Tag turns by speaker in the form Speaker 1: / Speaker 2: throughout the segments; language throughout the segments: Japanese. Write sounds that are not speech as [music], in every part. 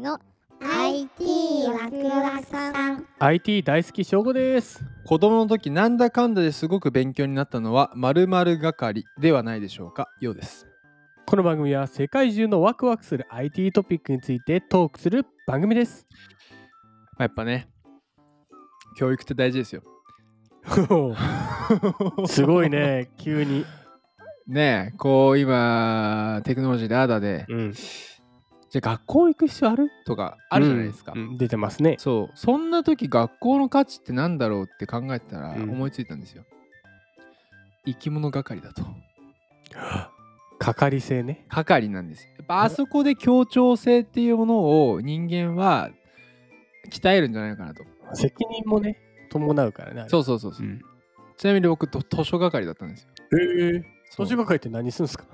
Speaker 1: の IT ワクワクさん
Speaker 2: IT 大好き翔吾です
Speaker 3: 子供の時なんだかんだですごく勉強になったのは〇〇係ではないでしょうかようです
Speaker 2: この番組は世界中のワクワクする IT トピックについてトークする番組です
Speaker 3: まあやっぱね教育って大事ですよ
Speaker 2: [laughs] すごいね急に
Speaker 3: ねえこう今テクノロジーであだで、
Speaker 2: うん
Speaker 3: じゃあ学校行く必要あるとかあるじゃないですか、
Speaker 2: うん出てますね
Speaker 3: そうそんな時学校の価値ってなんだろうって考えてたら
Speaker 2: うん
Speaker 3: 思いついたんですよ、生き物係だと
Speaker 2: かかり性ね
Speaker 3: 係なんですよやっぱあそこで協調性っていうものを人間は鍛えるんじゃないかなと
Speaker 2: 責任もね伴うからね、
Speaker 3: そううそうそうそうう、
Speaker 2: ん、
Speaker 3: ちなみに僕と図書係だったんですよ
Speaker 2: ええ
Speaker 3: そう
Speaker 2: 年書会って何するんですか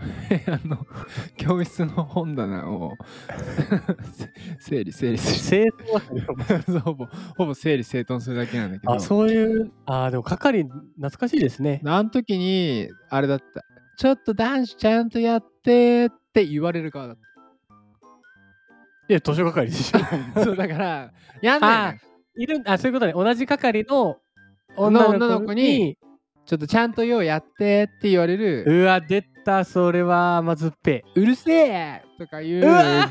Speaker 3: [laughs] あの教室の本棚を [laughs] 整理整理する [laughs]
Speaker 2: 生徒はね
Speaker 3: そうほぼほぼ整理整頓するだけなんだけど
Speaker 2: あそういうあーでも係懐かしいですね
Speaker 3: あの時にあれだったちょっと男子ちゃんとやってって言われる側だっ
Speaker 2: いや図書係で [laughs] しょ
Speaker 3: たそうだからやんないのよ
Speaker 2: いるあそういうことね同じ係の
Speaker 3: 女の子に
Speaker 2: 女の子に
Speaker 3: ちょっとちゃんとようやってって言われる
Speaker 2: うわ出たそれは甘酸っぱいう
Speaker 3: るせえとか言う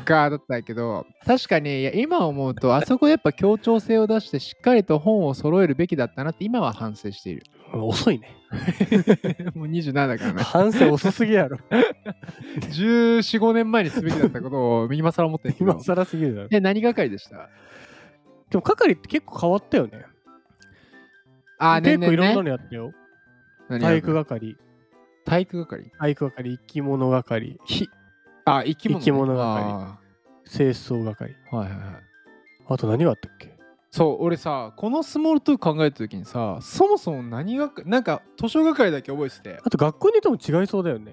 Speaker 3: 側だったけど確かにいや今思うとあそこやっぱ協調性を出してしっかりと本を揃えるべきだったなって今は反省している [laughs]
Speaker 2: 遅いね
Speaker 3: もう27だからね
Speaker 2: 反省遅すぎ
Speaker 3: [laughs]
Speaker 2: やろ
Speaker 3: 1415年前にすべきだったことを今更思ってるけど
Speaker 2: 今更すぎるだろ
Speaker 3: え何係でした
Speaker 2: でも係って結構変わったよね
Speaker 3: あー
Speaker 2: 結
Speaker 3: 年
Speaker 2: 構いろんな
Speaker 3: 々ね
Speaker 2: のやったよ
Speaker 3: 何
Speaker 2: 体育
Speaker 3: が
Speaker 2: 係
Speaker 3: 体育係
Speaker 2: 体育係生き物係
Speaker 3: ひあ生き物ね
Speaker 2: 生き物係
Speaker 3: あ
Speaker 2: 清掃係
Speaker 3: ーはいはいはい
Speaker 2: あと何があったっけ
Speaker 3: そう俺さこのスモールトーク考えた時にさそもそも何がなんか図書係だけ覚えてて
Speaker 2: あと学校にいても違いそうだよね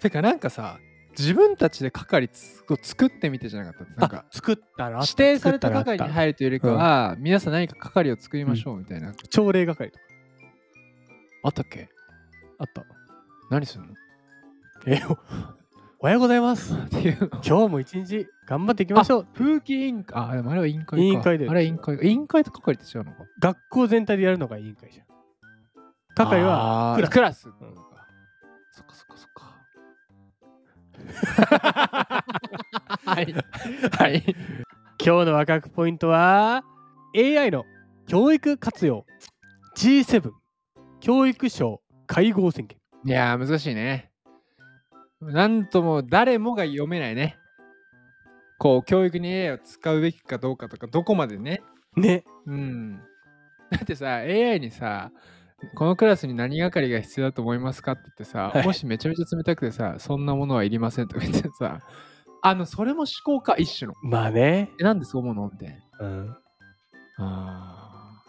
Speaker 3: てかなんかさ自分たちで係つを作ってみてじゃなかったなんか
Speaker 2: あ作ったらあった
Speaker 3: 指定された
Speaker 2: 作ったら
Speaker 3: 係
Speaker 2: あ
Speaker 3: に
Speaker 2: った
Speaker 3: 入るというよりかは、皆さん何か係を作りましょうみたいな、
Speaker 2: 朝礼係とか
Speaker 3: あったっけ
Speaker 2: あった
Speaker 3: 何するの
Speaker 2: えおおはようございます
Speaker 3: [laughs] っていうの
Speaker 2: 今日も一日頑張っていきましょう
Speaker 3: 風紀委員会あでもあれは委員会か
Speaker 2: 委員会だよ
Speaker 3: あれは委員会か委員会と係って違うのか
Speaker 2: 学校全体でやるのが委員会じゃん係は
Speaker 3: あー
Speaker 2: クラス
Speaker 3: クラス、
Speaker 2: ん
Speaker 3: そっかそっかそっか [laughs] はいはい
Speaker 2: 今日のワクワクポイントは AI の教育活用 G7 教育省会合宣言
Speaker 3: いやー難しいねなんとも誰もが読めないねこう教育に AI を使うべきかどうかとかどこまでね
Speaker 2: ね
Speaker 3: うんだってさ AI にさこのクラスに何係が必要だと思いますかって言ってさ、
Speaker 2: はい
Speaker 3: もしめちゃめちゃ冷たくてさそんなものはいりませんとか言ってさあのそれも思考か一種の
Speaker 2: まあね、
Speaker 3: えなんでそう思うのみたいな
Speaker 2: うん、
Speaker 3: あ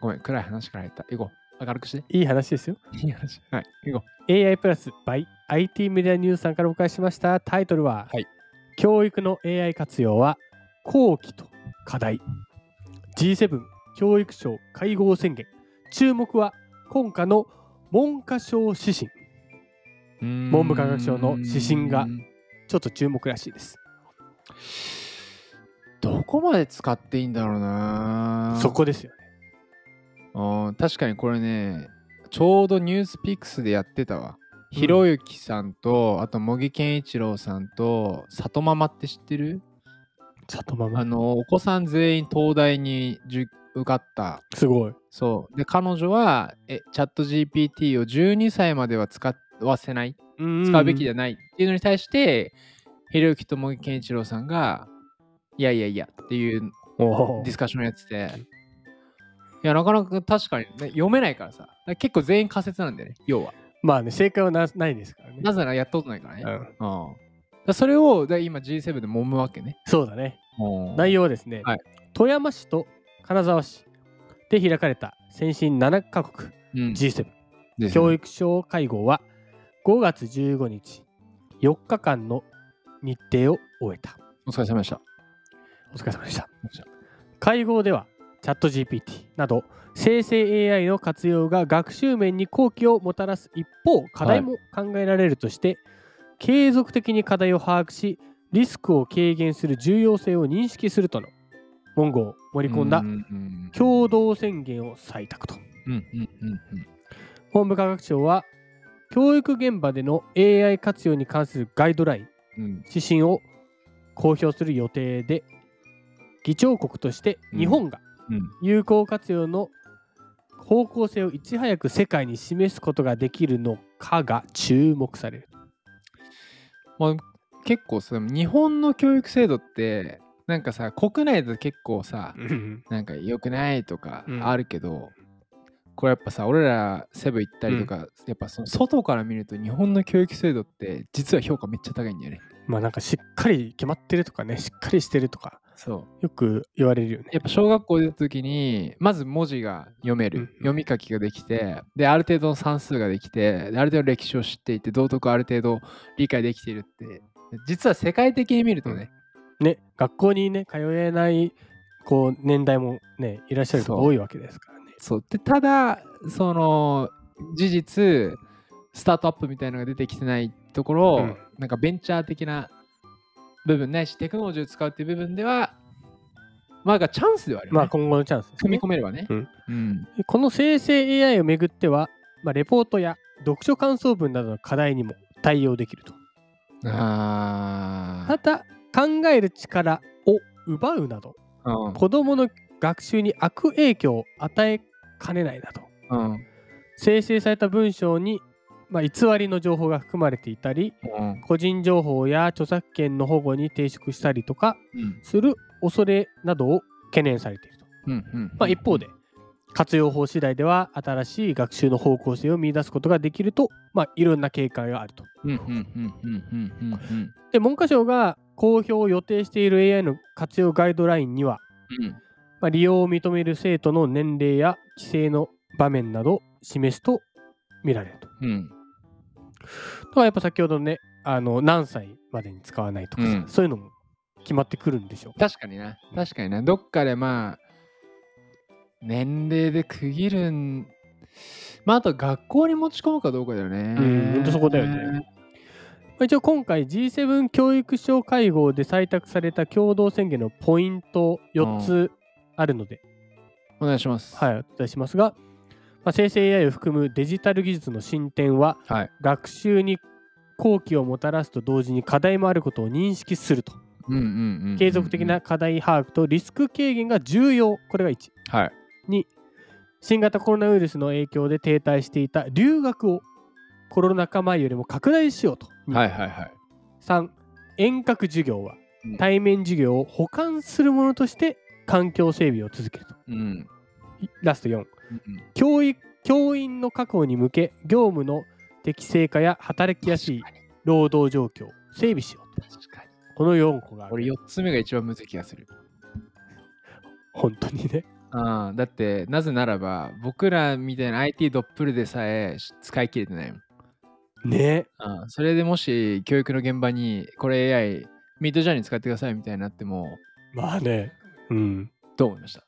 Speaker 3: ーごめん、暗い話から入った。行こう。明るくして。
Speaker 2: いい話ですよ
Speaker 3: いい話。はい、行こ
Speaker 2: AI プラス by IT メディアニュースさんからお返ししましたタイトルは、
Speaker 3: はい
Speaker 2: 教育の AI 活用は後期と課題 G7 教育省会合宣言注目は今夏の文科省指針
Speaker 3: う。
Speaker 2: 文部科学省の指針が。ちょっと注目らしいです
Speaker 3: どこまで使っていいんだろうな。
Speaker 2: そこですよね
Speaker 3: うん。確かにこれね、ちょうどニュースピックスでやってたわ。ひろゆきさんと、あと茂木健一郎さんと、里ママって知ってる
Speaker 2: 里マ
Speaker 3: あ
Speaker 2: マ
Speaker 3: の、お子さん全員東大に受受かった
Speaker 2: すごい
Speaker 3: そう。で、彼女は、え、チャット GPT を12歳までは使わせない、使うべきじゃないっていうのに対して、ひろゆきと茂木健一郎さんが、いやいやいやっていう
Speaker 2: お
Speaker 3: ディスカッションやってて、いや、なかなか確かに、ね、読めないからさ、だから結構全員仮説なんだよね、要は。
Speaker 2: まあね正解はなないですからね、
Speaker 3: なぜならやったことないからね。
Speaker 2: う
Speaker 3: う
Speaker 2: ん、
Speaker 3: んだからそれをだから今 G7 で揉むわけね。
Speaker 2: そうだね内
Speaker 3: 容
Speaker 2: 容はですね、
Speaker 3: はい
Speaker 2: 富山市と金沢市で開かれた先進7カ国 G7 教
Speaker 3: 育。
Speaker 2: 育省会合は5月15日4日間の日程を終えた
Speaker 3: お疲れ様でした。
Speaker 2: お疲れ様でした
Speaker 3: でした
Speaker 2: 会合ではチャット GPT など生成 AI の活用が学習面に好機をもたらす一方課題も考えられるとして、継続的に課題を把握しリスクを軽減する重要性を認識するとの文言を盛り込んだ共同宣言を採択と
Speaker 3: うんうんうん
Speaker 2: 文部科学省は教育現場での AI 活用に関するガイドライン
Speaker 3: うんうん
Speaker 2: 指針を公表する予定で議長国として日本が
Speaker 3: うん
Speaker 2: 有効活用の方向性をいち早く世界に示すことができるのかが注目される。
Speaker 3: まあ、結構さ日本の教育制度ってなんかさ国内で結構さ、なんか良くないとか
Speaker 2: うん
Speaker 3: あるけど、これやっぱさ俺らセブン行ったりとか、やっぱその外から見ると日本の教育制度って実は評価めっちゃ高いんだよね
Speaker 2: [laughs] まあなんかしっかり決まってるとかねしっかりしてるとか
Speaker 3: そう
Speaker 2: よく言われるよね。
Speaker 3: やっぱ小学校出た時にまず文字が読める、
Speaker 2: うんうん
Speaker 3: 読み書きができてである程度の算数ができてである程度歴史を知っていて道徳をある程度理解できているって実は世界的に見るとね、
Speaker 2: ね学校にね通えないこう年代もねいらっしゃる方
Speaker 3: そう
Speaker 2: 多いわけですからね。
Speaker 3: そうでただその事実スタートアップみたいなのが出てきてないところ、
Speaker 2: うん
Speaker 3: なんかベンチャー的な部分ないしテクノロジーを使うっていう部分ではまあなんかチャンスではあるよね、
Speaker 2: まあ今後のチャンスです
Speaker 3: 踏み
Speaker 2: ね
Speaker 3: 込めればね、
Speaker 2: うん
Speaker 3: うん
Speaker 2: この生成 AI をめぐっては、まあ、レポートや読書感想文などの課題にも対応できると。
Speaker 3: あ
Speaker 2: また考える力を奪うなど
Speaker 3: あ、うん
Speaker 2: 子どもの学習に悪影響を与えかねないなど
Speaker 3: うん
Speaker 2: 生成された文章に、まあ、偽りの情報が含まれていたり
Speaker 3: うん
Speaker 2: 個人情報や著作権の保護に抵触したりとか
Speaker 3: うん
Speaker 2: する恐れなどを懸念されていると。
Speaker 3: うん
Speaker 2: まあ、一方で活用法次第では新しい学習の方向性を見出すことができると、まあ、いろんな警戒があると。
Speaker 3: うんうんうんうんうんうんうん
Speaker 2: で文科省が公表を予定している AI の活用ガイドラインには、
Speaker 3: うん
Speaker 2: まあ、利用を認める生徒の年齢や規制の場面などを示すと見られると。
Speaker 3: うん
Speaker 2: だからやっぱ先ほどのねあの何歳までに使わないとかさ、
Speaker 3: うん
Speaker 2: そういうのも決まってくるんでしょうか。
Speaker 3: 確かにな確かになどっかでまあ年齢で区切るんまああと学校に持ち込むかどうかだよね
Speaker 2: うんほんとそこだよねまあ一応今回 G7 教育省会合で採択された共同宣言のポイント4つあるので、
Speaker 3: お願いします
Speaker 2: はい、お伝えしますが、まあ、生成 AI を含むデジタル技術の進展は
Speaker 3: はい
Speaker 2: 学習に好機をもたらすと同時に課題もあることを認識すると
Speaker 3: うんうんうんうん
Speaker 2: 継続的な課題把握とリスク軽減が重要これが1
Speaker 3: はい
Speaker 2: 新型コロナウイルスの影響で停滞していた留学をコロナ禍前よりも拡大しようと、
Speaker 3: はいはいはい
Speaker 2: 3遠隔授業は
Speaker 3: うん
Speaker 2: 対面授業を補完するものとして環境整備を続けると
Speaker 3: うんうん
Speaker 2: いラスト4教育教員の確保に向け業務の適正化や働きやすい
Speaker 3: 確かに
Speaker 2: 労働状況を整備しようと
Speaker 3: 確かに
Speaker 2: この4個がある
Speaker 3: 俺4つ目が一番むずい気がする
Speaker 2: 本当にね
Speaker 3: ああだってなぜならば僕らみたいな IT ドップルでさえ使い切れてないもん
Speaker 2: ね
Speaker 3: ああそれでもし教育の現場にこれ AI ミッドジャーニー使ってくださいみたいになっても
Speaker 2: まあねうん
Speaker 3: どう思いました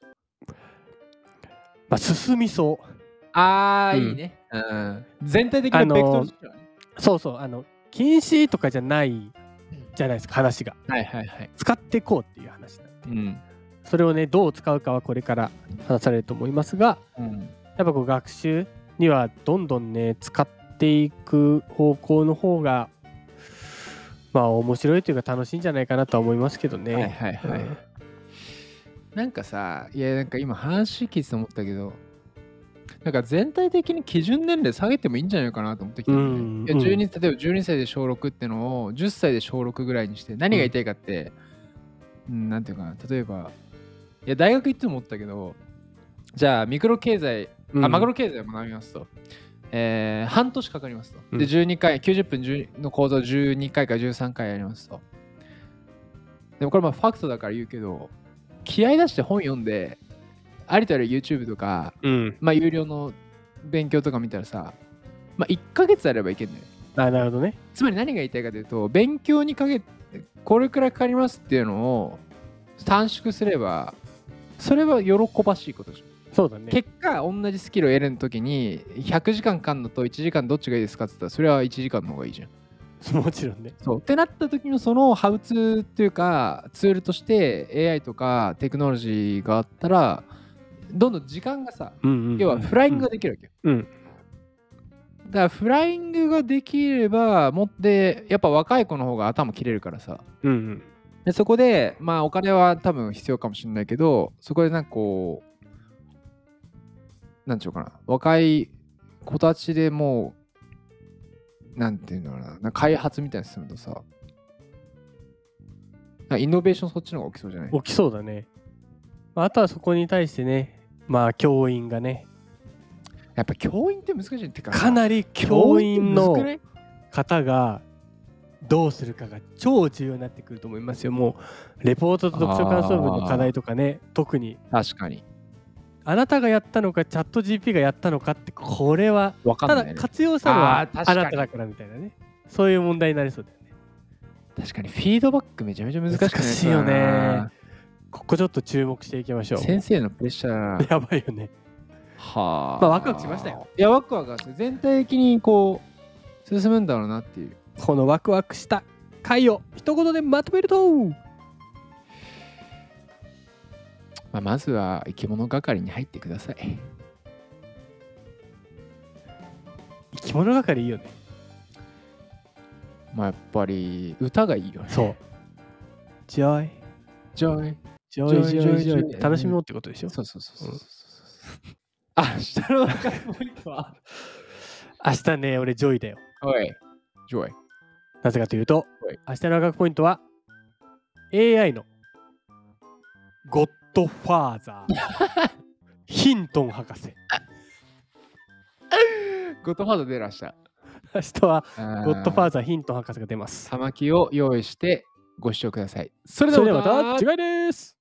Speaker 2: まあ進みそう
Speaker 3: あー、
Speaker 2: うん
Speaker 3: いいね、うん。全体的な
Speaker 2: あの
Speaker 3: ベクトルとしてはね、
Speaker 2: そうそうあの禁止とかじゃないじゃないですか話が
Speaker 3: はいはいはい。
Speaker 2: 使っていこうっていう話なんで、
Speaker 3: うん。
Speaker 2: それをねどう使うかはこれから話されると思いますが
Speaker 3: うん、
Speaker 2: やっぱこう学習にはどんどんね使っていく方向の方がまあ面白いというか楽しいんじゃないかなとは思いますけどね。
Speaker 3: はいはいはい。
Speaker 2: うん
Speaker 3: なんかさ、いやなんか今話聞いてて思ったけど、なんか全体的に基準年齢下げてもいいんじゃないかなと思ってきたんだよね、
Speaker 2: うん
Speaker 3: いや12例えば12歳で小6ってのを10歳で小6ぐらいにして、何が言いたいかって、うん、なんていうかな、例えば、いや大学行っても思ったけど、じゃあミクロ経済
Speaker 2: うん
Speaker 3: あマクロ経済を学びますと、えー半年かかりますと。で、
Speaker 2: うん
Speaker 3: 12回、90分10の講座を12回から13回やりますと。でもこれまあファクトだから言うけど、気合い出して本読んで、ありとあらゆる YouTube とか、
Speaker 2: うん、
Speaker 3: まあ、有料の勉強とか見たらさ、まあ、1ヶ月あればいけんのよ。
Speaker 2: あなるほどね。
Speaker 3: つまり何が言いたいかというと、勉強にかけこれくらいかかりますっていうのを短縮すれば、それは喜ばしいことじゃん。
Speaker 2: そうだね。
Speaker 3: 結果同じスキルを得るときに100時間かんのと1時間どっちがいいですかって言ったらそれは1時間の方がいいじゃ
Speaker 2: [laughs]
Speaker 3: ん
Speaker 2: もちろんね。
Speaker 3: そうってなった時のそのハウツーっていうかツールとして AI とかテクノロジーがあったらどんどん時間がさ要はフライングができるわけよ。
Speaker 2: うん
Speaker 3: だからフライングができればもってやっぱ若い子の方が頭切れるからさ
Speaker 2: うんうん
Speaker 3: でそこでまあお金は多分必要かもしれないけどそこでなんかこうなんちゅうのかな若い子たちでもうなんていうのかななんか開発みたいに進むとさなんかイノベーションそっちの方が起きそうじゃない
Speaker 2: 起きそうだね。まああとはそこに対してね、まあ教員がね、
Speaker 3: やっぱ教員って難しいってか
Speaker 2: かなり教員
Speaker 3: 教
Speaker 2: の
Speaker 3: って難くない
Speaker 2: 方がどうするかが超重要になってくると思いますよ。もうレポートと読書感想文の課題とかね、特に
Speaker 3: 確かに
Speaker 2: あなたがやったのかチャット GP がやったのかってこれは
Speaker 3: わかん
Speaker 2: た
Speaker 3: ない、
Speaker 2: だ
Speaker 3: ね、
Speaker 2: 活用したのは
Speaker 3: あ
Speaker 2: あ
Speaker 3: ー確かに
Speaker 2: なただからみたいなねそういう問題になりそうだよね
Speaker 3: 確かにフィードバックめちゃめちゃ難しくない
Speaker 2: 難しいよねここちょっと注目していきましょう
Speaker 3: 先生のプレッシャー
Speaker 2: やばいよね
Speaker 3: はあ。
Speaker 2: まあワクワクしましたよ。
Speaker 3: いや、ワクワクはして全体的にこう、進むんだろうなっていう。
Speaker 2: このワクワクした回を一言でまとめると
Speaker 3: まあ、まずは生き物係に入ってください。
Speaker 2: 生き物係いいよね
Speaker 3: まあ、やっぱり歌がいいよね。
Speaker 2: そうジョイ
Speaker 3: ジョイ。
Speaker 2: ジョイジョイジ
Speaker 3: ジョイジョイ
Speaker 2: ョイ楽しもうってことでしょ
Speaker 3: そうそうそうそうそうそうそう。あ、下の中のポイントは。
Speaker 2: 明日ね俺ジョイだよ
Speaker 3: おい、ジョイ。
Speaker 2: なぜかというと
Speaker 3: はい
Speaker 2: 明日の学ポイントは AI のゴッドファー
Speaker 3: [laughs]
Speaker 2: ザーヒントン博士
Speaker 3: ゴッドファーザー出らした。
Speaker 2: 明日はゴッドファー
Speaker 3: ー。
Speaker 2: ザーヒントン博士が出ます
Speaker 3: さまきを用意してご視聴ください。それ
Speaker 2: それ
Speaker 3: で
Speaker 2: で
Speaker 3: は
Speaker 2: は
Speaker 3: また
Speaker 2: また次回です